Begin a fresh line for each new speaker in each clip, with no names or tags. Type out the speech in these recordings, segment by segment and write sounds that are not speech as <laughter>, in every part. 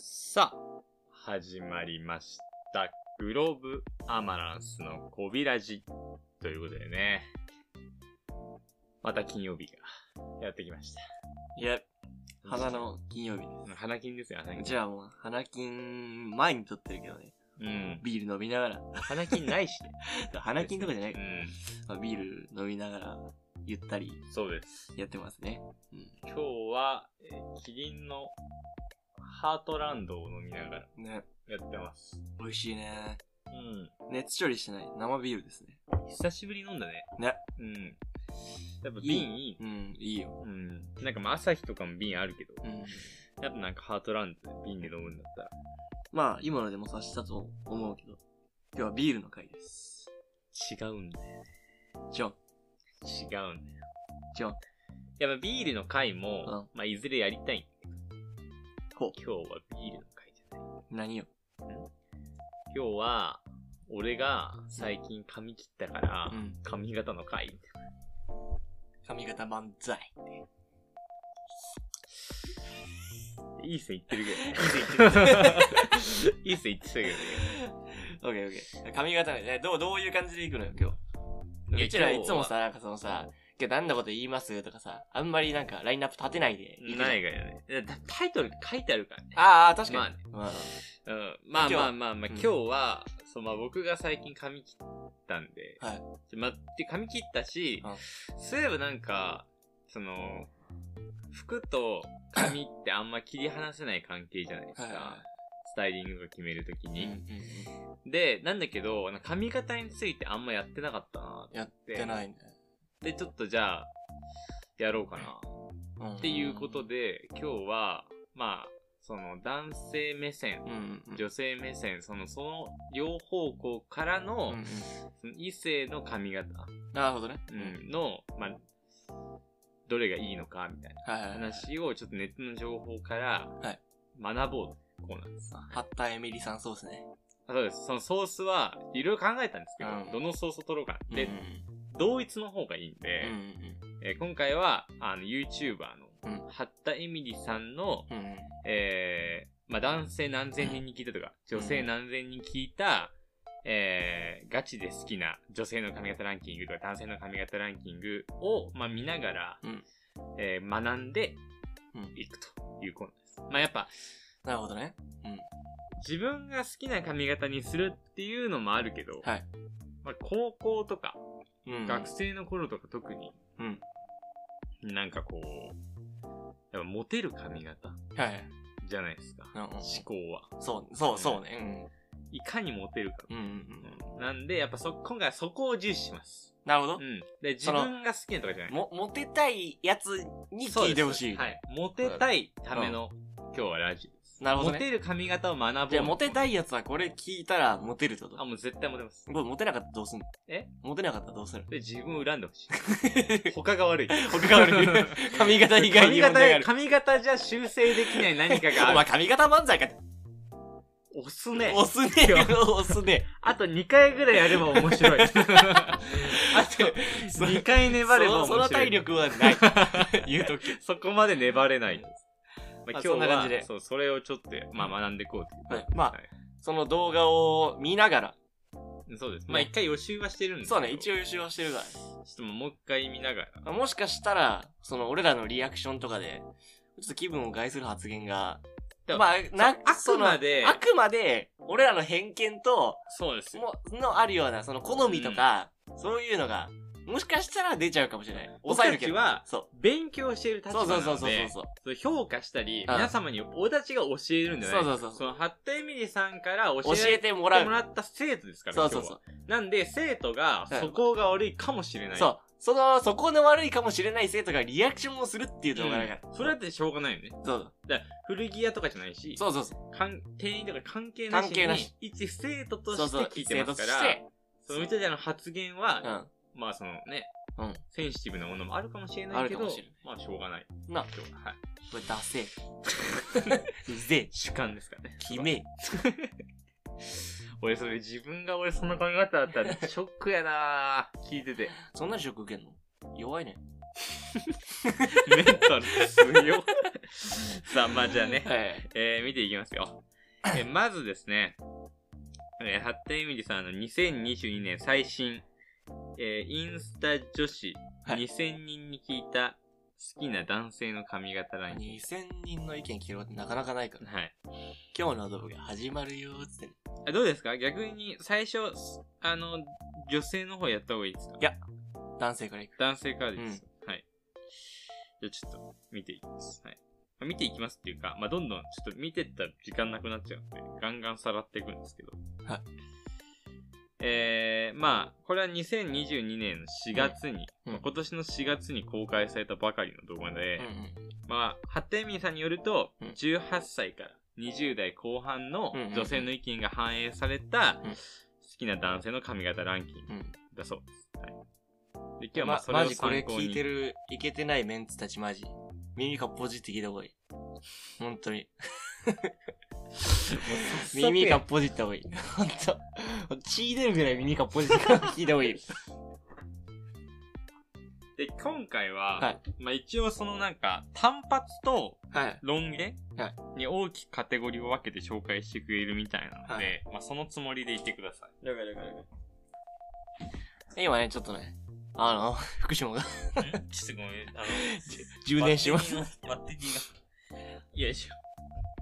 さあ、始まりました。グローブアマランスのコビラジ。ということでね。また金曜日がやってきました。
いや、花の金曜日
うん。花金ですよ、花
です。
金。
じゃあもう、花金前に撮ってるけどね。
うん。
ビール飲みながら。 <laughs>
花金ないしね。
花金とかじゃない、
<laughs> う
まあ、ビール飲みながら、ゆったり
ん。そうです。
やってますね。
今日は、えーキリンのハートランドを飲みながら
ね、
やってます。
美味しいね。
うん。
熱調理してない。生ビールですね。
久しぶりに飲んだね。
ね。
うん。やっぱ瓶いいね
うん、いいよ。
うん。なんかまあ朝日とかも瓶あるけど、
うん。
やっぱなんかハートランドで瓶で飲むんだったら。
まあ、今のでも察したと思うけど、今日はビールの回です。
違うんだよ。
ジョン、
違うんだよ。
ジョン。
やっぱビールの回も、まあいずれやりたいんだけど。
ほう
今日はビールの回じゃない。
何よ。
今日は、俺が最近髪切ったから、
うん。
髪型の回。
髪型万歳。
いい線いってるけ
いい
ど
線
ね <laughs>
いって。
いい線いってたけどね。
<laughs> オッケーオッケー。髪型ね、えどう、どういう感じでいくのよ、今
い
日。
や
うちら
今日はい
つもさ、なんかそのさ、今日何のこと言いますとかさ、あんまりなんかラインナップ立てないでいくじゃん
ないがよね。だだタイトル書いてあるからね。
ああ、確かに。まあ、
うんまあ
今日
まあまあまあ、
うん
今日は、そうまあ僕が最近髪切ったんで、
はい
ちょまで髪切ったし
う、
そういえばなんか、その、服と髪ってあんま切り離せない関係じゃないですか。
はいはいはい
スタイリングが決めるとき
うん
に、で、なんだけど、なんか髪型についてあんまやってなかったな
やってないね。
で、ちょっとじゃあ、やろうかな。
っ
っていうこと。で、今日は、まあ、その男性目線
うんうんうん。
女性目線そのその両方向からの,、
うんうん
その異性の髪型、
なるほどね。
う。ん、の、まあ、どれがいいのかみたいな
はいはいはい。
話をちょっとネットの情報から
はい
学ぼうってコーナーです。
ハッタエミリさんそうですね。
あそうですそのソースはいろいろ考えたんですけど、
うん
どのソースを取ろうかな。で、
うん
同一の方がいいんで、えー今回はあの YouTuber
う
の八田エミリさんの、
うんうん。うんうん。
えーまあ、男性何千人に聞いたとか、女性何千人に聞いた、えーガチで好きな女性の髪型ランキングとか男性の髪型ランキングを、まあ、見ながら、
うん
えー学んで
うん
いくということです。まあ、やっぱ、
なるほどね。うん。
自分が好きな髪型にするっていうのもあるけど、
はい
まあ、高校とか、
うん
学生の頃とか特に
うん。
なんかこう、やっぱモテる髪型
はいはい。
じゃないですか。
うんうん
思考は。
そう、そう、そうね。
いかにモテるか
うん。うんうんうん。
なんで、やっぱそ、今回はそこを重視します。
なるほど
う。ん。で、自
その
分が好きなとかじゃない。
も、モテたいやつに聞いてほしい。
はい。モテたいための、今日はラジオです。
なるほどね
モテる髪型を学ぼう。
じゃあ、モテた
い。
いやつはこれ聞いたらモテるってこと
あ、もう絶対モテます。
これモテなかったらどうすんの
え
モテなかったらどうする
で、自分を恨んでほ
<laughs>
しい。他が悪い。
他が
<laughs>
悪い髪型以外
髪
に問題があ
型、
る
髪型じゃ修正できない何かが
<laughs> お
あ
前
る。
髪型漫才かって。
押すね。
押すね
い
押すね
あと2回ぐらいやれば面白い。
<laughs>
あと
そ
2回粘れば面白い。
そその体力は
<laughs>
ない。 <laughs> 言うとき。
そこまで粘れない。ま
ま
あ、今
あ
日は
そんな感じで
そう、それをちょっと、まあ、学んでいこうということで、
はいまあその動画を見ながら。
そうです。まあ、一回予習はしてるんですけ
そ
ど。
うね、一
応。
応予習はしてるから。
ちょっともう一回見ながら。
まあもしかしたら、その俺らのリアクションとかで、ちょっと気分を害する発言が、
でも
まあ、な
そうあく
その
まで
あくまで、俺らの偏見と、
そうですよ。
もうのあるような、その好みとか、そういうのが、もしかしたら出ちゃうかもしれない。抑えるけど。
僕たちは
そ
勉強している
う。
立
そ
場
う
なの
そう
で、
そうそうそうそう。
そう評価したり、
うん
皆様に俺たちが教えるんじゃない
そうそうそう
その、ハッタエミリさんから教
教
え
え
て
ても
も
ら
ら
う。
った生徒ですから、
そうそうそう
今。日はなんで、生徒が、
うん
素行が悪いかもしれない。
そう。その、そこの悪いかもしれない生徒がリアクションをするっていう動画だから。
うんそれだってしょうがないよね。
そう
だから古着屋とかじゃないし、
そうそうそう。
かん店員とか関係なし
関係なし
に、一生徒と
そう
し
そう。
て聞いてますか
生徒とし
ら
て、
その人たちの発言
う
は、
ん。
まあそのね、
うん
センシティブなものもあるかもしれないけど、
あるかもしれない
まあしょうがない。
な、
今日は、はい。
これダセえ。うぜえ。
主観ですからね。
きめえ。
俺それ自分が
<laughs>
俺そんな考え方だったらショックやなぁ聞いてて。
そんなショック受けんの弱いね。
メンタル強さあ、まあじゃあね、
はい。
えー見ていきます
<laughs>
よ。えーまずですね、えー、八田恵美里さんの2022年最新、えーインスタ女子
はい
2000人に聞いた好きな男性の髪型ライング。
2000人の意見聞けることなかなかないから。
はい。
今日のアドブが始まるよーっつって。い
あどうですか逆に最初、すあの、女性の方やった方がいいですか
や、男性からいく。
男性からですよ。はい。じゃあちょっと見ていきます。はい。まあ見ていきますっていうか、まあ、どんどんちょっと見てったら時間なくなっちゃうんで、ガンガンさらっていくんですけど。
はい。
えー、まあ、これは2022年の4月に、
うん
まあ今年の4月に公開されたばかりの動画で、
うん
まあ、ハッテミさんによると
うん、
18歳から20代後半の
うんうんうん
女性の意見が反映された
うん
好きな男性の髪型ランキング
うん。うん。
だそうです。はい。で、今日はまあ
ま、
それ
マ
を
ジこれ
参考
聞い
に。 <laughs>
てる、いけてないメンツたちマジ。耳かっぽじって聞いた方がいい。本当に。耳かっぽじった方がいい。本当。血出るぐらい耳かっぽじって聞いた方がいい。
で、今回 <laughs> は、
はい
まあ一応そのなんか、単発と
はい。
ロン毛
はい
に大きくカテゴリーを分けて紹介してくれるみたいなので、
は
まあそのつもりでいてください。
了解了解了解。今ね、ちょっとね、あの、福島が
ちょっとごめん、あの、
<laughs> 充電してます。
バッテリーが。よいし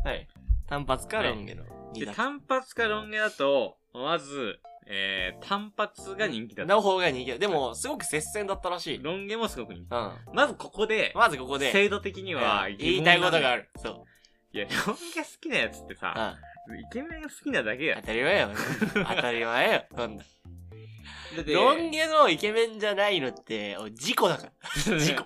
はい。単発かロン毛の
ょ。
二
で、
択
単発かロン毛だと、まず、えー、単発が人気だった。
の方が人気だ。でも、すごく接戦だったらしい。うん。
ロン毛もすごく人気。
ま
まずここで、
ずここで、
制度的には
う
疑
ん
問
言いたいことがあ
る。
る。そう。
いや、ロン毛好きなやつってさ、
うん
イケメンが好きなだけだ
当
よ。
たり前
<laughs>
よ。当たり前よ。そんな
だって
ロン毛のイケメンじゃないのって、お事故だか
<laughs>
ら。事故。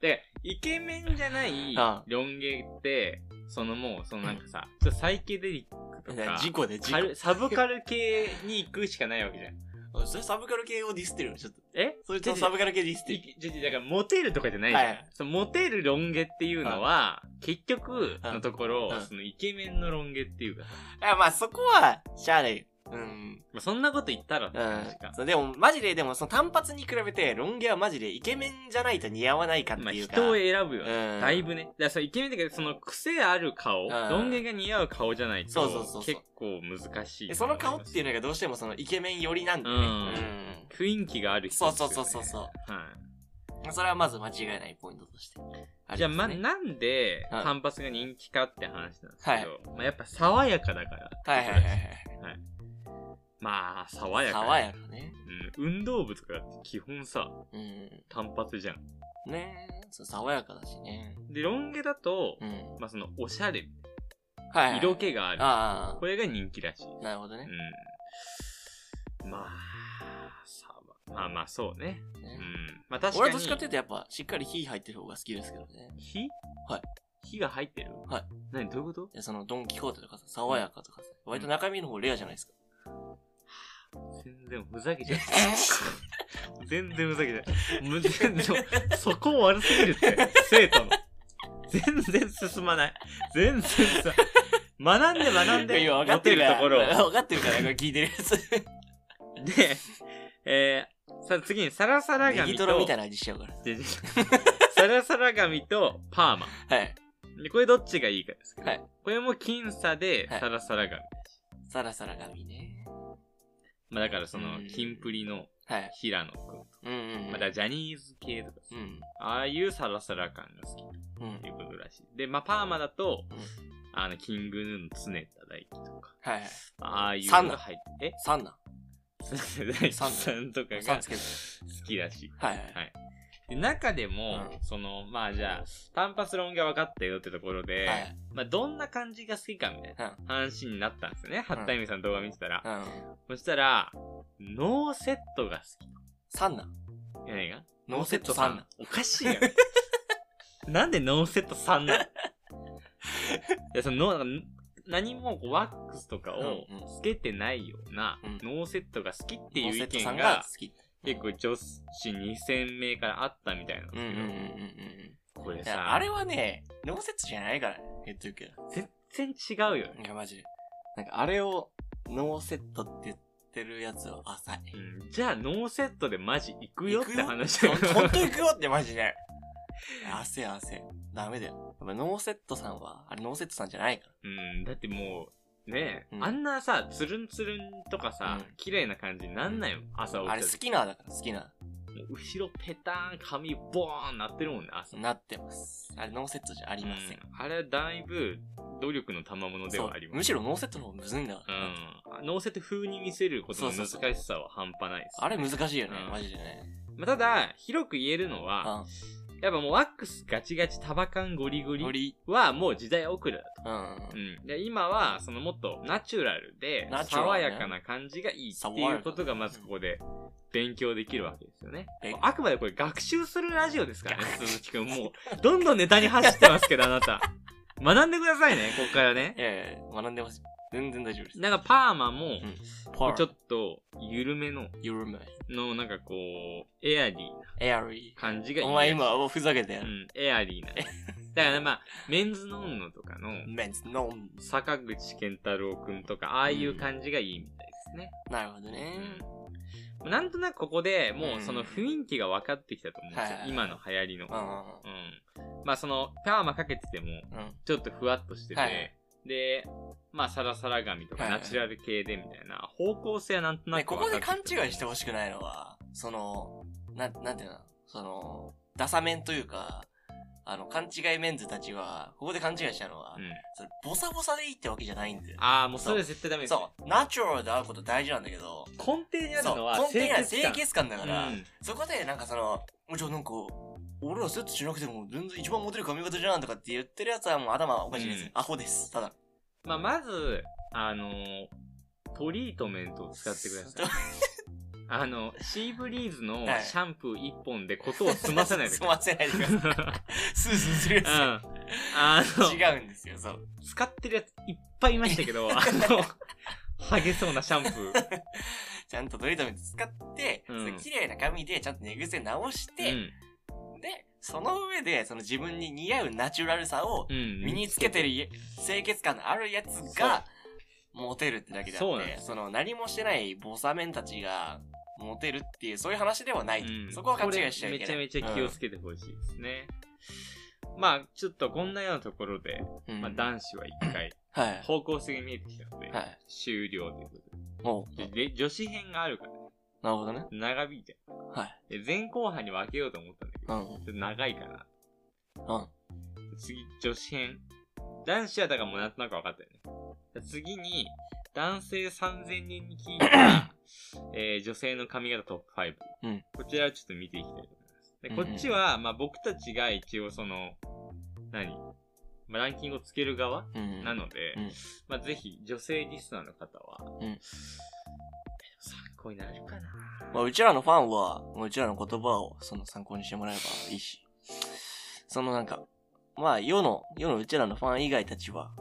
で、イケメンじゃない
ああ
ロン毛って、そのもう、そのなんか
<laughs>
さ、ちょっとサイケデリックとか、
事故で事
カル
故。
サブカル系に行くしかないわけじゃん。
それサブカル系をディスってるよ、ちょっと。
え
それちょっとサブカル系ディスってる。
いじゃじゃだから、モテるとかじゃないじゃん。
はい
そのモテるロン毛っていうのは、結局のところ、
うん
そのイケメンのロン毛っていうかさ、
あまあそこは、しゃあないよ。うん。
まあ、そんなこと言ったら、確
うん
か。
そうでも、マジで、でも、その単発に比べて、ロン毛はマジでイケメンじゃないと似合わないかって
まあ、
いうか。
人を選ぶよね。
うん
だいぶね。だからそのイケメンだけど、その癖ある顔、
ん
ロン毛が似合う顔じゃないと、
そうそうそうそう
結構難しい
で
な。
その顔っていうのがどうしてもそのイケメン寄りなんでね。
うん
うん
雰囲気がある人ですよね
そうそうそうそう
は
それはまず間違いないポイントとして。
い。じゃあ、ま、
りすね
なんで、
はい
単発が人気かって話なんですけど、まあ、やっぱ爽やかだから。
はいはいはいはい。
まあ、爽やか。
爽やかね。
うん。運動部とかだって基本さ、
うん。
単発じゃん。
ねそう爽やかだしね。
で、ロン毛だと、
うん。
まあ、その、おしゃれ、
はい、はい。
色気がある。
あ
これが人気らしい。
あ、なるほどね。
うん。まあ、さまあまあ、そうね。
ね
うん。まあ、確かに。
俺はどっちかっていうとやっぱ、しっかり火入ってる方が好きですけどね。
火
はい。
火が入ってる
はい。
何どういうこと
でそのドンキホーテとかさ、爽やかとかさ、割と中身の方レアじゃないですか。
全然ふざけちゃう。全然ふざけちゃ
<laughs>
う。無全然、そこ悪すぎるって、生徒の。全然進まない。全然さ、学んで学んで、
今分か
モ
って
テ
る
る
から
ところを。 <laughs>
分かってるから、これ聞いてるやつ。 <laughs>
で、えー、さ、次にサラサラ
ネ
髪
ギトロ
と
みたい、な味しちゃうから。
でで <laughs> サラサラ髪とパーマ。
はい。
で、これどっちがいいかですけど、
はい
これも僅差で
はい
サラサラ髪。
サラサラ髪ね。
まあだからその
うん、
キンプリの
はい。
平野くんとか、
うんうんう
ま
ん。
あだからジャニーズ系とかさ、
うん。
ああいうサラサラ感が好き
うん
と。いうことらしい。で、まあ、パーマだと
うん、
あの、キングヌーの常田大輝とか、
はいはい。
ああいう
サン
の
ナ
が入って、 <laughs> え
サンナ。
常田大輝
サンナ
さんとか
サン
が
つけて
好きらしい。
はいはい。
はい。で中でも、
う
その、まあじゃあ、単発論が分かったよってところで、
はい
まあどんな感じが好きかみたいな話になったんですよね。八田由美さんの動画見てたら。
うん。うん。
そしたら、ノーセットが好き。
サンナ。
いや何が
ノーセットサンナ。
おかしいや
<laughs>
ん。なんでノーセット3なのいや、その、なんか何もこうワックスとかを
うんうん
つけてないような
うん
ノーセットが好きっていう意
ノーセットさ
見
ん
が
が好き。
結構女子2000名からあったみたいなんで
うんうん
す
う
け
んう
ど、
んうん。
これ
いやあ
さ
れ、はね、ノーセットじゃないから、言っとくけど。
全然違うよね。
いや、マジで。なんか、あれをノーセットって言っってるやつは浅い。
うんじゃあ、ノーセットでマジ行くよって話だ
だ
よ
よ。ほん <laughs> と行くよってマジで。汗汗。ダメだよ。やっぱノーセットさんは、あれノーセットさんじゃないか
うん、だってもう、ねえ、
うん
あんなさ、つるんつるんとかさ、
うん
綺麗な感じになんないもん、朝起
ら。あれ
き
好
た
きなだから、好きな。
時。もう後ろペターン、髪ボーンなってるもんね、朝。
なってます。あれノーセットじゃありません。
うんあれはだいぶ、努力の賜物で
そう
はありま
む
す。
しろノーセットの方がむずいんだか
う
ら。
ん。ノーセット風に見せることの難しさは半端ないです。
あれ難しいよね
う、ん
マジでね。
まあただ、広く言えるの
う
は、
ん。
やっぱもうワックスガチガチ、タバカンゴリゴ
よ
リ
り、
はもう時代遅れだと。
うん。
うん、で今はそのもっとナチュラルで
ナチュラ
爽
ルね
やかな感じがいいって
爽やか
いうことがまずここで勉強できるわけですよね
勉。
あくまでこれ学習するラジオですからね、鈴木くん。もうどんどんネタに走ってますけど、あな
<laughs>
た。学んでくださいね、ここからね
い。やいや、学んでます。全然大丈夫です。
なんかパーマも
うん、
こ
パ
うちょっと緩めの、
ユーマイ。
のなんかこう、エアリーな
エアリ
感じがい
ー。
い。
お前今、もうふざけて
う。ん、エア
<laughs>
リーな。だからまあ、メンズノンノとかの、
メンズノン。
坂口健太郎くんとか、ああいう感じがいいみたいですね。
なるほどね。
うんなんとなくここでも
う
うんその雰囲気が分かってきたと思うんですよ
はいはいは。い
今の流行りの。
うん。
うん。まあその、パーマかけてても、
うん。うん
ちょっとふわっとしてて、
はい
で、まあサラサラ髪とか
はいは
ナ
い
チュラル系でみたいな方向性はなんとな
ね、
く
こ
分
こ
かって
で
きた
勘違いしてほしくないのは、その、なん、なんていうのその、ダサ面というか、あの、勘違いメンズたちは、ここで勘違いしたのは、
うん。
それボサボサでいいってわけじゃないんだよ。
ああ、もうそれ絶対ダメですね。
そう、ナチュラルであること大事なんだけど、
根底にある
そう
のは、
根底には
清
清
潔
潔感だ
感
から、
うん
そこでなんかその、じゃあなんか、俺らセットしなくても全然一番モテる髪型じゃんとかって言ってるやつはもう頭おかしいです。
うん
アホです。ただ。
まあまず、あのートリートメントを使ってくだ
<laughs>
さい。あの、シーブリーズの
はい
シャンプー一本でことを済ませないで
<laughs> 済
くだ
ませないでください。
さ
スースーする
い。うん。
や
あの
つ。、違うんですよ、そう。
使ってるやついっぱいいましたけど、あの、激そうなシャンプ
<laughs>
ー。
ちゃんとトリートメント使って、
うん
それ綺麗な髪でちゃんと寝癖直して、で、その上で、その自分に似合うナチュラルさを
うん。うん。
身につけてる清潔感のあるやつが、モテるってだけであ
そうな
っ
んで
て、その何もしてないボサメンたちが、モテるっていう、そういう話ではない。
うん
そこは勘違いしちゃいけ
こ
な
れ
い。
めちゃめちゃ気をつけてほしいですね。まあ、ちょっとこんなようなところで、
うん、
まあ男子は一
<laughs>
回、
はい。
方向性が見えてきたので、
はい。
終了ということで。
もう、
でで女子編があるから、
なるほどね。
長引いて。
は
で前後半に分けようと思ったんだけど、
うん
ちょっと長いかな。
うん。
次、女子編。男子はだからもうなんとなく分かったよね。次に、男性3000人に聞いた、
<coughs>
えー女性の髪型トップ5。
うん
こちらをちょっと見ていきたいと思います。で
うん
こ
うん
っちは、まあ僕たちが一応その、何まあランキングをつける側
うん。
なので、
うん
まあぜひ女性リスナーの方は、
うん
参考になるかな。
まあ、うちらのファンは、もううちらの言葉をその参考にしてもらえばいいし、そのなんか、まあ、世の、世のうちらのファン以外たちは、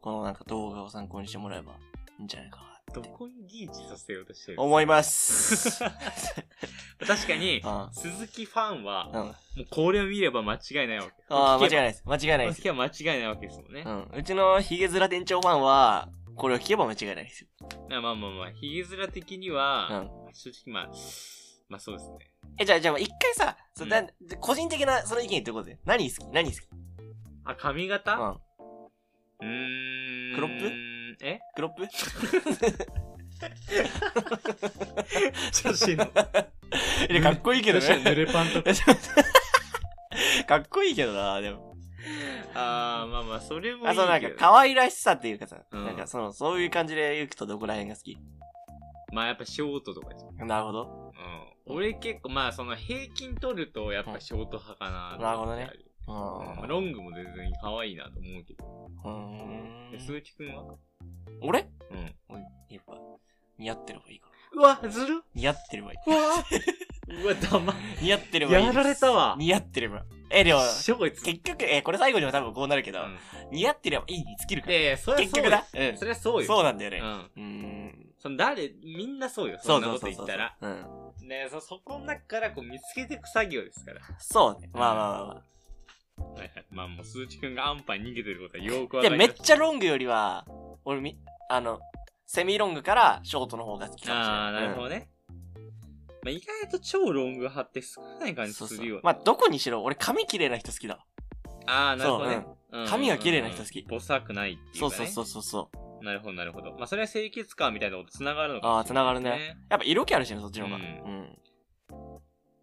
このなんか動画を参考にしてもらえばいいんじゃないか
ど
なって
こにリーチさせようとしてる
思います。
<laughs> 確かに
<laughs> う、ん。
鈴木ファンは、
うん。あ
もうこれを見れば間違いないわけ。
あー、間違いない
い。
です。間違いない
これ
で
聞
す。
けば間違いないわけですもんね
う。ん。うちのヒゲズラ店長ファンは、これを聞けば間違いないですよ。
まあまあまあまあ、ヒゲズラ的に
う
は、
ん。
正直まあ、まあそうですね。
え、じゃあ、じゃあ、一回さ、そ
うん
だ個人的なその意見言ってことで。何好き何好き
あ、髪型
うん。
うーん。
クロップ
え
クロップ
女子の。
いや、かっこいいけど
女子の濡
ね。
れパンと
<laughs>
か。
かっこいいけどな、でも。
あー、まあまあ、それもいい
あ、
けど。
そう、なんか、可愛らしさっていうかさ、
うん
なんか、その、そういう感じで行くとどこら辺が好き
まあやっぱショートとかじゃん。
なるほど。
うん。俺結構、まあその平均取るとやっぱショート派かな。
なるほどね。う
うん
ー
ロングも全然可愛いなと思うけど。
ん。
え鈴木くんは
俺
うん。
俺やっぱ、似合ってればいいから。
うわ、ずる
似合ってればいい。
うわうわ、だま。
似合ってればいい。
やられたわ
似合ってれば。え、でも、
しょこいつ。
結局、え、これ最後にも多分こうなるけど、似合ってればいいに尽きるから。
で、それは
結
そう
局
よ
だ。。うん。
それはそうよ。
そうなんだよ
う
ね。
ん。
うーん。
その誰、みんなそうよ。
そ
そ
うん
な
そ
こ
う
と
そうそ
言っ
う。
たら。
うん。
ねそ、そこの中からこう見つけていく作業ですから。
そうね。まあまあまあまあ。
はいはい。まあもう、鈴木くんがアンパン逃げてることはよーくわ
で
かり
も
ま
め
す
っちゃロングよりは、俺み、あの、セミロングからショートの方が好きかもしれない
あ。あ、なるほどね。まあ、意外と超ロング派って少ない
うん
感じ
そう
す
そ
るよ
う
ね。
まあ、どこにしろ、俺髪綺麗な人好きだわ。
ああ、なるほどね
そ。
うんうんうん
髪が綺麗な人好き
ぼさくないっていうか、
そ
ね。
うそうそうそうそう。
なるほど、なるほど。まあ、それは清潔感みたいなこと繋がるのか
ああ、繋がる
ね。
ね。やっぱ色気あるしね、そっちの方が。
う
うんん。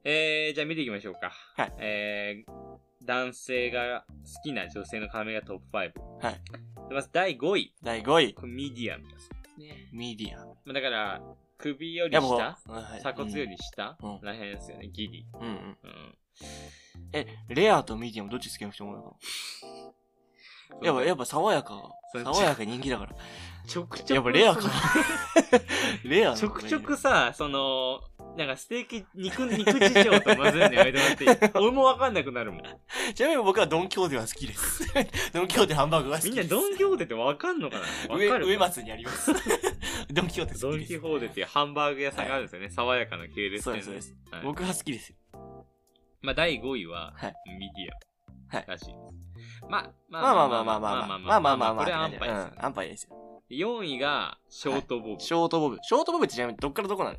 えー、じゃあ見ていきましょうか。
はい
えー、男性が好きな女性の髪がトップ5。
はい。
でまず第5位。
第5位、
これミディアムですね。
ミディアム。
まあ、だから、首よ
い
り
やもう
下
うんはい
鎖骨より下、
うん
らへんですよね、ギリ。
うんうん。
うん。
え、レアとミディアムどっち好きな人もいやっぱ、やっぱ爽やか。
それ
爽やか人気だ
<laughs>
から。
ちょくちょく。
やっぱレアか。レアなの
ちょくちょくさ、その、なんかステーキ、肉、肉事情と混ぜるのやめてもらっていい
<laughs>
俺もわかんなくなるもん。
ちなみに僕はドンキョーテは好きです。 <laughs> ドンキョーテハンバーグは好き
みん
で
な
す。
ドンキホーテってわかんのかなわか
上上
る
松にあります。 <laughs> ドンキョーテ好きです。
ドンキホーテっていうハンバーグ屋さんがあるんですよね。爽やかな系列
そう
店
で
ね。
す、そうです。
はい
僕は好きですよ。
まあ、第5位は
はい、
ミディア
はい
ムらしいです。まあ、
まあまあまあまあまあまあまあまあまあまあ。
これは安牌ですよ
うん安牌ですよ。
ね。4位が、ショートボブ。
ショートボブ。ショートボブってちなみにどっからどこなの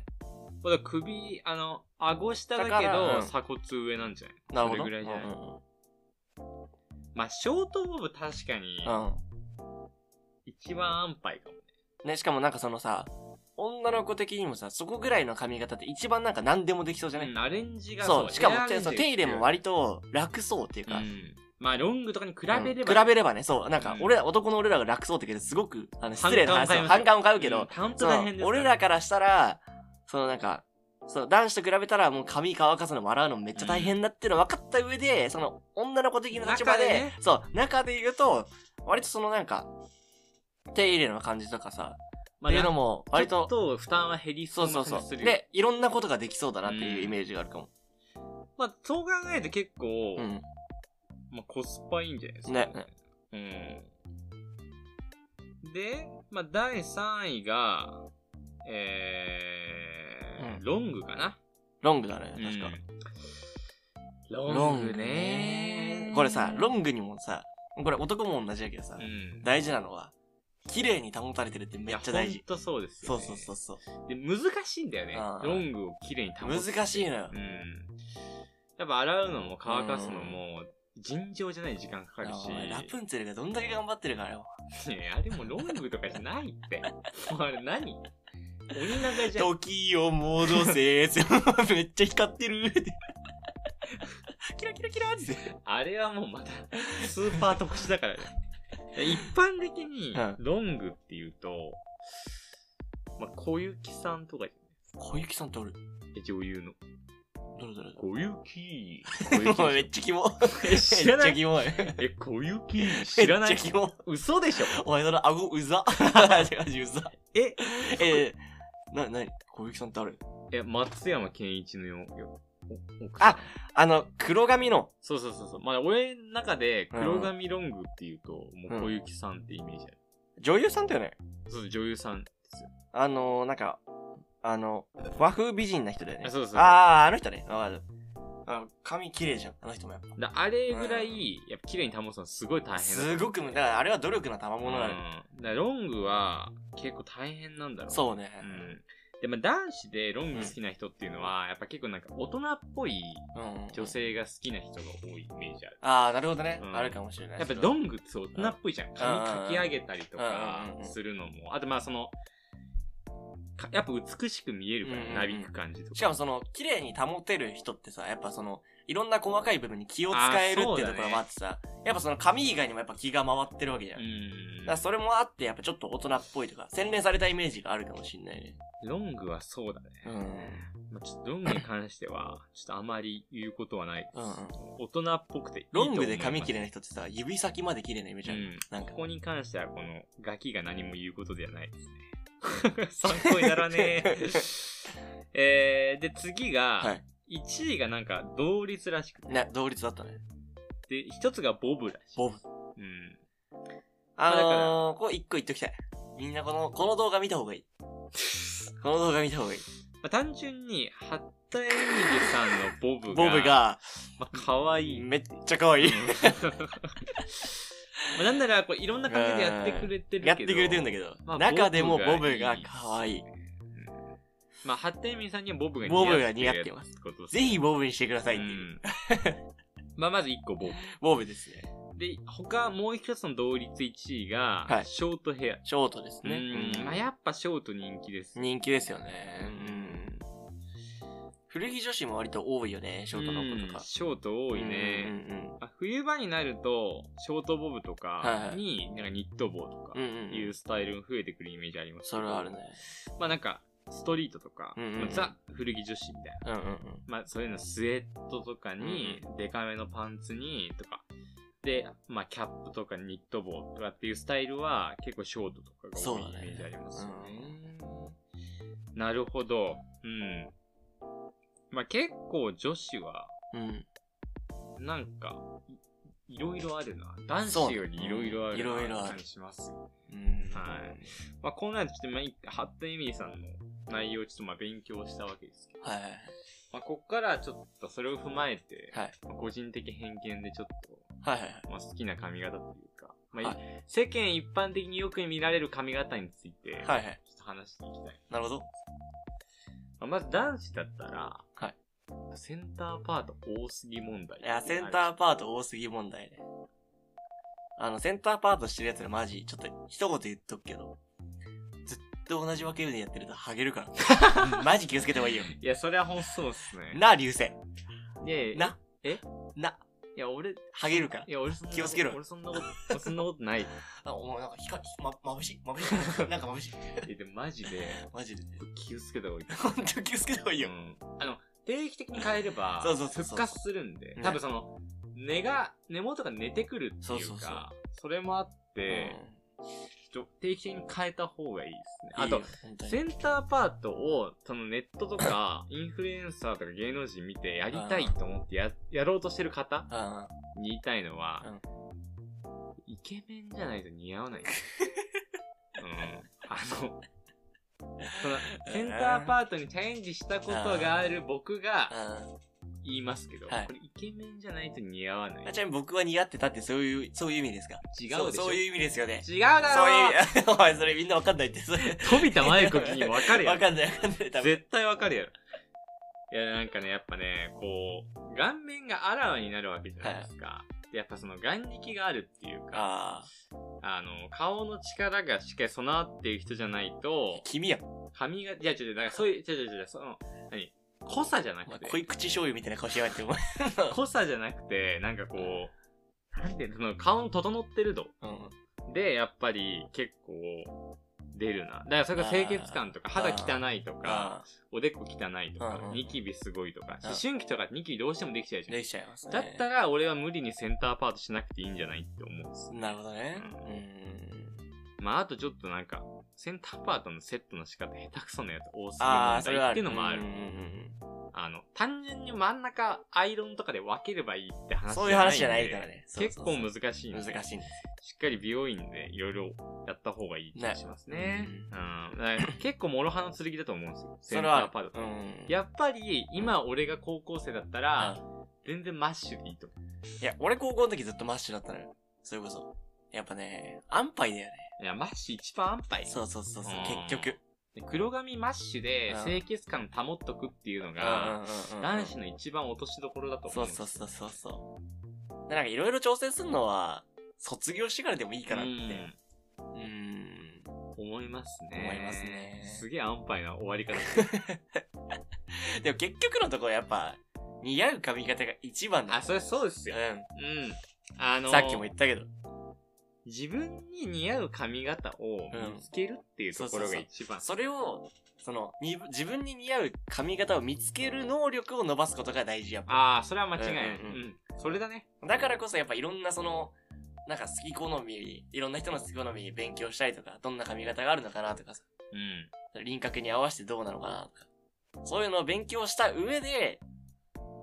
これ首、あの、顎下だ
だ
け
から
ど、
うん
鎖骨上なんじゃない
なるほど。
それぐらいじゃない、
うんうん
まあ、ショートボブ確かに、
うんうん
一番安牌かもね。
ね、しかもなんかそのさ、女の子的にもさ、そこぐらいの髪型って一番なんか何でもできそうじゃない、
うんアレンジが
そう、しかも
ヘアアレンジが
そう手入れも割と楽そうっていう
う
か、
んまあ、ロングとかに比べ
うん
れば、
比べればね、そう、なんか
うん
俺ら、男の俺らが楽そうって言うけど、すごく、あの、失礼な話
反感を買いますよ
を、反感を買うけ
うん
ど、
本当
そう
大変ですから
俺らからしたら、そのなんか、そう、男子と比べたらもう髪乾かすのも洗うのもめっちゃ大変だっていうの分かった上で、その女の子的な立場で、
中でね
そう、中で言うと、割とそのなんか、手入れの感じとかさ、
まあ、
っていうのも、割と、
ちょっと負担は減りそ
そうう
な
そ
感
う
じす
そう。
るよ
で、いろんなことができそうだなっていうイメージがあるかも。
まあ、そう考えると結構、
うん。
まあ、コスパいいんじゃないですか。
ね。
うん。で、まあ、第3位が、えー、
うん
ロングかな。
ロングだね、確か。
うんロングね
これさ、ロ
グ、
ングにもさ、これ男も同じだけどさ
う、ん、
大事なのは、綺麗に保たれてるってめっちゃ大
いや
事
ほ。んとそうです
そ
よ、
う
ね。
そうそうそう。
で、難しいんだよね
あ。ー
ロングを綺麗に保つ。
難しいのよ
う。ん。やっぱ洗うのも乾かすのも、尋常じゃない時間かかるし
お。前ラプンツェルがどんだけ頑張ってるからよ。
ねえあれもロングとかじゃないって。もうあれ何鬼長じゃん。
時を戻せめっちゃ光って <laughs> るって。キラキラキラって。
あれはもうまた、スーパー特殊だからね。一般的に
うん、
ロングっていうと、まあ、小雪さんとかじ
小雪さんって俺、
ゃない女優の。
どれどれど
小雪。
れ。
小
め
雪
っちゃキモ。
え知らな
<laughs> めっちゃ
い
キモい。
え、小雪知らな
め
い
っちゃキモ。
嘘でしょ
お前その顎うざ。マジマジうざ。
え、
えー、な、なに小雪さんってある
え、松山健一のよ、よ、お奥さん
ああの、黒髪の。
そうそうそうそう。まあ、俺の中で黒髪ロングっていうと、もう小雪さんってイメージある。
女優さんだよね。
そう、女優さん。
あのー、なんか、あの、和風美人な人だよね。
あそうそう
あー、あの人ね。わかる。あの髪綺麗じゃん。あの人もやっぱ。
だあれぐらい、やっぱ綺麗に保つのすごい大変
すごく、だからあれは努力の賜
うん
物なのよ。
だからロングは結構大変なんだろう。
そうね。
う。ん。で、まあ男子でロング好きな人っていうのは、やっぱ結構なんか大人っぽい
うん。
女。性が好きな人が多いイメージある。
あー、なるほどね
う。ん
あるかもしれない。
やっぱ
それは
ロングって大人っぽいじゃん。髪かき上げたりと
うん
か
うんうん
するのも。あとまあその、かやっぱ美しく見えるか
うんうんうん
ら、なびく感じとか。
しかもその、綺麗に保てる人ってさ、やっぱその、いろんな細かい部分に気を使えるっていうところもあってさ、やっぱその髪以外にもやっぱ気が回ってるわけじゃん。
うん
だからそれもあって、やっぱちょっと大人っぽいとか、洗練されたイメージがあるかもしんないね。
ロングはそうだね。
うん。
まあ、ちょっとロングに関して
<laughs>
は、ちょっとあまり言うことはないです。
うんうん
大人っぽくていいと
ロ
思い
ン
ます
グで髪綺麗な人ってさ、指先まで綺麗なイメージある。
う。
なんん
こ
か
こに関しては、この、ガキが何も言うことではない
<laughs>
ですね。参考にならね
<laughs>
え。えー、で、次
は
が、
い。
1位がなんか、同率らしく
ね、同率だったね。
て、1つがボブらしい。
ボブ。
うん。
あ
だから
のー、こう一個言っときたい。みんなこの、この動画見た方がいい。この動画見た方がいい。
まあ、単純に、八田恵美さんのボブが、
ボブ、が、
<laughs> まあ、可愛い。
めっちゃ可愛い。
うんまあ、なんなら、こう、いろんな感じでやってくれてるけど。
やってくれてるんだけど、
まあ
中でもボ
ボブ
ブ
が
が
いい
可愛い
まあ、ハッテンミンさんにはボブが
ボブが似合ってます
ってことです
ぜ
ね
ひボブにしてくださいっ
う
ていう、
んまあ、まず1個ボブ。
ボブですね
で、他、もう一つの同率1位が、
はい
ショートヘア。
ショートですね、
うん。まあ、やっぱショート人気です。
人気ですよねうん古着女子も割と多いよねショートの子と
うん
か、
ショート多いね。
うんうん
まあ冬場になると、ショートボブと
はい
か
はい
に、なんかニット帽とか
うん、うんうんうん
いうスタイルが増えてくるイメージありますけ
そ
ど
れはあるね
まあなんか、ストリートとか、
うんうんうん
まあザ・古着女子みたいな。
うんうん
まあそういうのスウェットとかに、デカめのパンツに、とか。で、まあキャップとかニット帽とかっていうスタイルは結構ショートとかが
そ
多
う
い
だね
イメージありますよね。なるほど。うん。まあ結構女子は、
うんうん
なんか、いいろいろあるな。男子よりいろいろある
そうねうんいろいろあ
な
る
感じしますよ。
うん
はいまあこんなんでちょっとまあ一回、ハットエミリーさんの内容をちょっとまあ勉強したわけですけど、
はい
まあこっからちょっとそれを踏まえて、
はい
まあ個人的偏見でちょっと、
はいはい
まあ、好きな髪型というか、まあい
は
世間一般的によく見られる髪型について、
はいはいはい
ちょっと話していきたい。
なるほど
まあ、まず男子だったら、
はい
センターパート多すぎ問題。
いや、センターパート多すぎ問題ね。あの、センターパートしてるやつらマジ、ちょっと一言言っとくけど、ずっと同じ分け目でやってるとハゲるか
<laughs>
ら。マジ気をつけた方がいいよ。
いや、それはほんとそうっすね。
<laughs> なあ、流星。
いやいや、
な、
え
な、
いや、俺、い
ハゲるから。
や、俺そんなこと
気をつけろ
俺そんなこと、俺そんなことない。い
あ、お前なんか光、ま、眩しい、眩しい。なんか眩しい。
や、でもマジで、
マジで。
気をつけた方がいい。
ほんと気をつけた <laughs> 方がいいよ
う。んあの、定期的に変えれば、
<laughs> そうそうそうそ
復
う
活するんで
ね、
多分その、根が、根元が寝てくるっていうか、そ
そ
う
そうそう
れもあって、
う
ちょっと定期的に変えた方がいいですね。
ん
あと
いいよ、本当に
センターパートを、そのネットと
<laughs>
か、インフルエンサーとか芸能人見てやりたいと思ってや、やろうとしてる方
うん
に言いたいのは、イケメンじゃないと似
<laughs>
合わないんだよ。うん。あの、その、センターパートにチャレンジしたことがある僕が
うんうん
言いますけど、
はい
これイケメンじゃないと似合わない。違
あ
う
ちなみに僕は似合ってたってそういう、そういう意味ですか
でし
そ
ょ
うそういう意味ですよね。
違うだろ
そういう意味、お <laughs> 前それみんなわかんないって、それ。
飛びた前子君に分かるや
わ
ろ。
かんないわかんない、多分。
絶対分かるやろ。いや、なんかね、やっぱね、こう、顔面があらわになるわけじゃないですか。でやっぱその眼力があるっていうか、
ああ、
あの、顔の力がしっかり備わっている人じゃないと、
君やん。
髪が、いや、違う違う、だからそういう、違う違う違う、その、何濃さじゃな
お前
くて、
濃い口醤油みたいな顔しやがって、お前。
濃さじゃなくて、なんかこう、なんていうの、その顔の整ってる度
<laughs> うん。
で、やっぱり結構出るな。だからそれが清潔感とか、
あ
肌
ー
汚いとか、
あ
おでこ汚いとか
うんうん、
ニキビすごいとか、
うん
思春期とかニキビどうしてもできちゃう
あ、
じゃん
で。きちゃいますね。
だったら俺は無理にセンターパートしなくていいんじゃないって思うんです。
なるほどね。
う
うん。
まああとちょっとなんか、センターパートのセットの仕方下手くそなやつ多す
ああ、そ
ぎる
れ
問
は
題
あ
って
る。
いうのもある
うん。うん
あの、単純に真ん中アイロンとかで分ければいいって
うん
話
そういう話じゃないから
ね。
ね。
結構難
し
し
い
いんで
難しいんです。
しっかり美容院でいろいろやった方がいい気がしますね
ね。
うん。だ
<laughs>
から結構諸刃の剣だと思うんですよ。セ
そ
ン
れ
タ
はあ
ー
る
パート。
うん。
やっぱり、今俺が高校生だったら、
うん、
全然マッシュでいいと思
いや、俺高校の時ずっとマッシュだったのよ。それこそ。やっぱね、安牌だよね。
う。いや、マッシュ一番安牌。
そうそうそうそう
う、ん
結局。
で黒髪マッシュで
うん
清潔感保っとくっていうの
うん
が、
うんうんうん
男子の一番落としどころだと思
そううん
です
そ
よ。
うそうそうそう。でなんかいろいろ挑戦するのは、卒業してからでもいいかなって。
うん
うーん。
思いますね。
思いますね
すげえ安牌な終わり方。
<laughs> でも結局のところやっぱ、似合う髪型が一番だ
あ、それそうですよ。
う
うん。あの
ん。
ー
さっきも言ったけど。
自分に似合う髪型を見つけるっていうところが一番。
それを、その、に自分に似合う髪型を見つける能力を伸ばすことが大事やっぱ。
ああ、それは間違いない。
う
うんん
うん
それだね。
だからこそやっぱいろんなその、なんか好き好み、いろんな人の好き好み勉強したりとか、どんな髪型があるのかなとかさ、
うん。
輪郭に合わせてどうなのかなとか、そういうのを勉強した上で、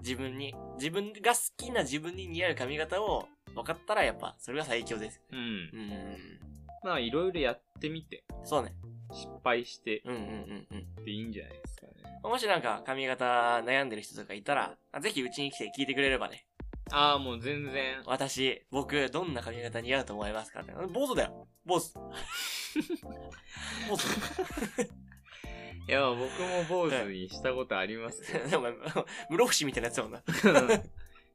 自分に、自分が好きな自分に似合う髪型を分かったらやっぱ、それが最強です。
うん
う。ん。
まあ、いろいろやってみて、
そうね。
失敗して
うんうんうんうん。
っていいんじゃないですかね。
もしなんか髪型悩んでる人とかいたら、あぜひうちに来て聞いてくれればね、
ああ、もう全然。
私、僕、どんな髪型似合うと思いますかって。坊主だよ。坊主。坊主。
いや、僕も坊主にしたことありますけ
お前、室伏みたいなやつだもんな。
ど。 <laughs>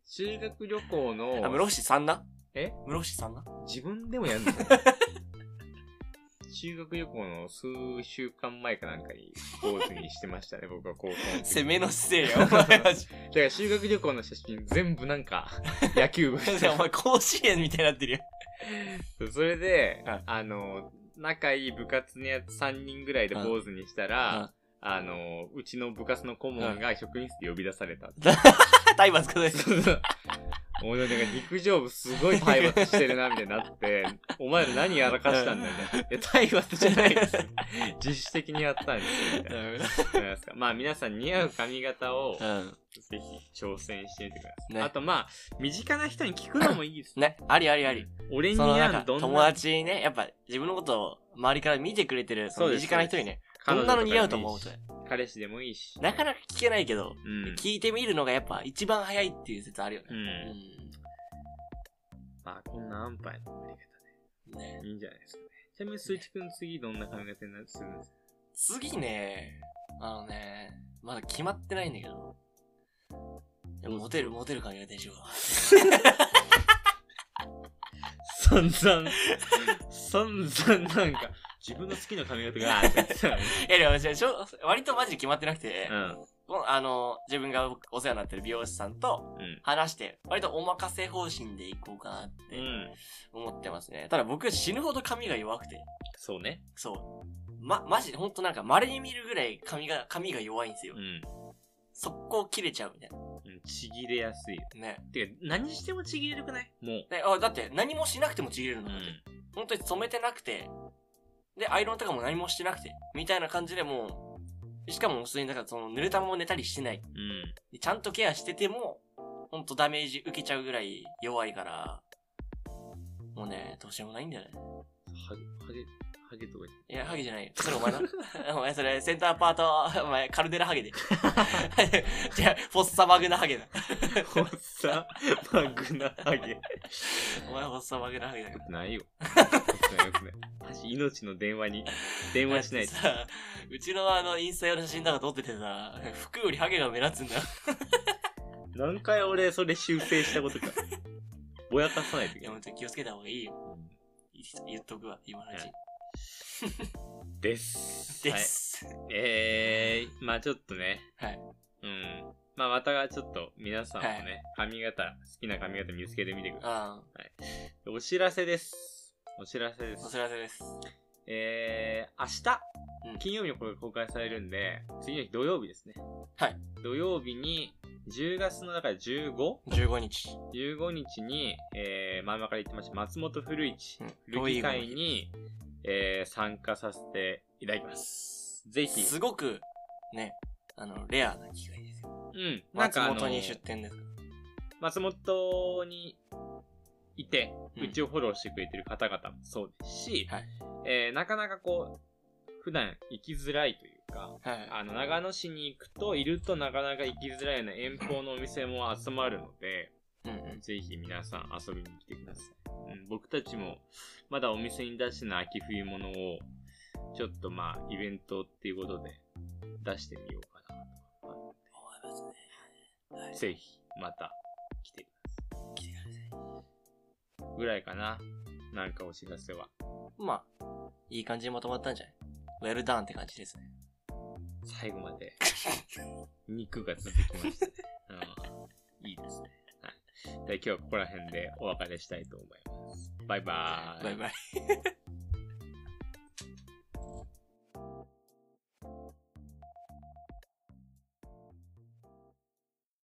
修学旅行
あ、室
の、
伏さんな
え
室伏さんな
自分でもやるの <laughs> 修学旅行の数週間前かなんかに坊主にしてましたね、僕は高校の時。
攻めの姿勢よ、お前は。
<laughs> だから修学旅行の写真全部なん
<laughs>
か野球部
お前、甲子園みたいになってるよ。
それで、
はい
あの、仲いい部活のやつ3人ぐらいで坊主にしたら、あの、うちの部活の顧問が職員室で呼び出された。
体罰ください。 <laughs>
そうそう <laughs> おいなんか陸上部すごい体罰してるな、みたいになって、お前ら何やらかしたんだよ、みたいな。いや、体罰じゃないです。自主的にやったんですよ、みたいな。思いますかまあ皆さん似合う髪型を
うん。
ぜひ挑戦してみてください。
ね
あとまあ、身近な人に聞くのもいいですね。
ね、ありありあり。
俺に
そのな
合
んか、
うどん
友
な
達にね、やっぱ自分のことを周りから見てくれてる、そ
そう
の
で
身
す
近な人にね、ど
彼
ん
女か
な
で
の
もいいし
似合うと思うと。
彼氏でもいいし。
なかなか聞けないけど、
うん。
聞いてみるのがやっぱ一番早いっていう説あるよね。
うん。まあこんな安牌のやり
うんね
方いいんじゃないですかね。ちなみに、スイチ君次どんな髪型になるするんですか
次ね、あのね、まだ決まってないんだけど、でもモテる、モテる髪型にしよう。
散々、散々なんか、自分の好きな髪型 <laughs> が、って言ってたのに
<laughs> え、でも私はしょ、割とマジで決まってなくて、
うん。
このあの、自分がお世話になってる美容師さんと
うん
話して、割とお任せ方針でいこうかなっ
う
て
ん。
思ってますね。ただ僕死ぬほど髪が弱くて、
そうね。
そう。ま、マジでほんとなんか稀に見るぐらい髪が、髪が弱いんですよ
う。ん。
速攻切れちゃうみたい
うんちぎれやすい。
な。ね。
てか、何してもちぎれるくないもう。
であだって何もしなくてもちぎれるの
う
だって。
ん。
本当に染めてなくて、で、アイロンとかも何もしてなくて、みたいな感じでもう、しかも普通になんかその濡れたまま寝たりしてない。
うん。
でちゃんとケアしてても、ほんとダメージ受けちゃうぐらい弱いから、もうね、どうしようもないんだよね。
はげ、はげ、はげとか
いや、ハゲじゃないよ。それお前な。 <laughs> お前それ、センターパート、お前、カルデラハゲで。 <laughs> じゃフォッサマグナハゲだ。
ほっさ、マグナハゲ。
お前、フォッサマグナハゲだから。
ない <laughs> よ。よくないよくない。私、命の電話に、電話しない
だ
と
ってさ、うちのあの、インスタ用の写真なんか撮っててさ、服よりハゲが目立つんだよ。
何回俺、それ修正した <laughs> ことか。ぼやかさないとい
い
け
や、
ない
ほんと気をつけた方がいいよ。い言っとくわ、今のうち。
です。
で
はい
す。 <laughs>
えー、まあちょっとね。
はい。
うん。まあまたちょっと皆さんもね、
は
髪型、好きな髪型見つけてみてくださ
あ
い。お知らせです。お知らせで
あ、お
す
知。らせです。
えー、明
うん
日、金曜日にこれ公開されるんで、次の日土曜日ですね。
はい。
土曜日に、10月のだから 15?15
15日。
日に、えー、前々から言ってました、松本古市
うん、
ルギ会に、えー、参加させていただきます。ぜひ。
すごく、ね、あの、レアな機会ですよ。
うん。なん
松
かあの
本に出店です。
松本にいて、
うん
うちをフォローしてくれてる方々もそうですし、
はい
えーなかなかこう、普段行きづらいというか、
はい。
あの、長野市に行くと、いるとなかなか行きづらいような遠方のお店も集まるので、
うんうん。
ぜひ皆さん遊びに来てください。うん、僕たちも、まだお店に出してない秋冬物を、ちょっとまあ、イベントっていうことで出してみようかなと思って
思いますね。は
ぜひ、また来てください。
来てください。
ぐらいかな。なんかお知らせは。
まあ、いい感じにまとまったんじゃないウェルダンって感じですね。
最後ま <laughs> で。肉が続きましたね。うんいいですね。はい。では今日はここら辺でお別れしたいと思います。バイバーイ。
バイバイ。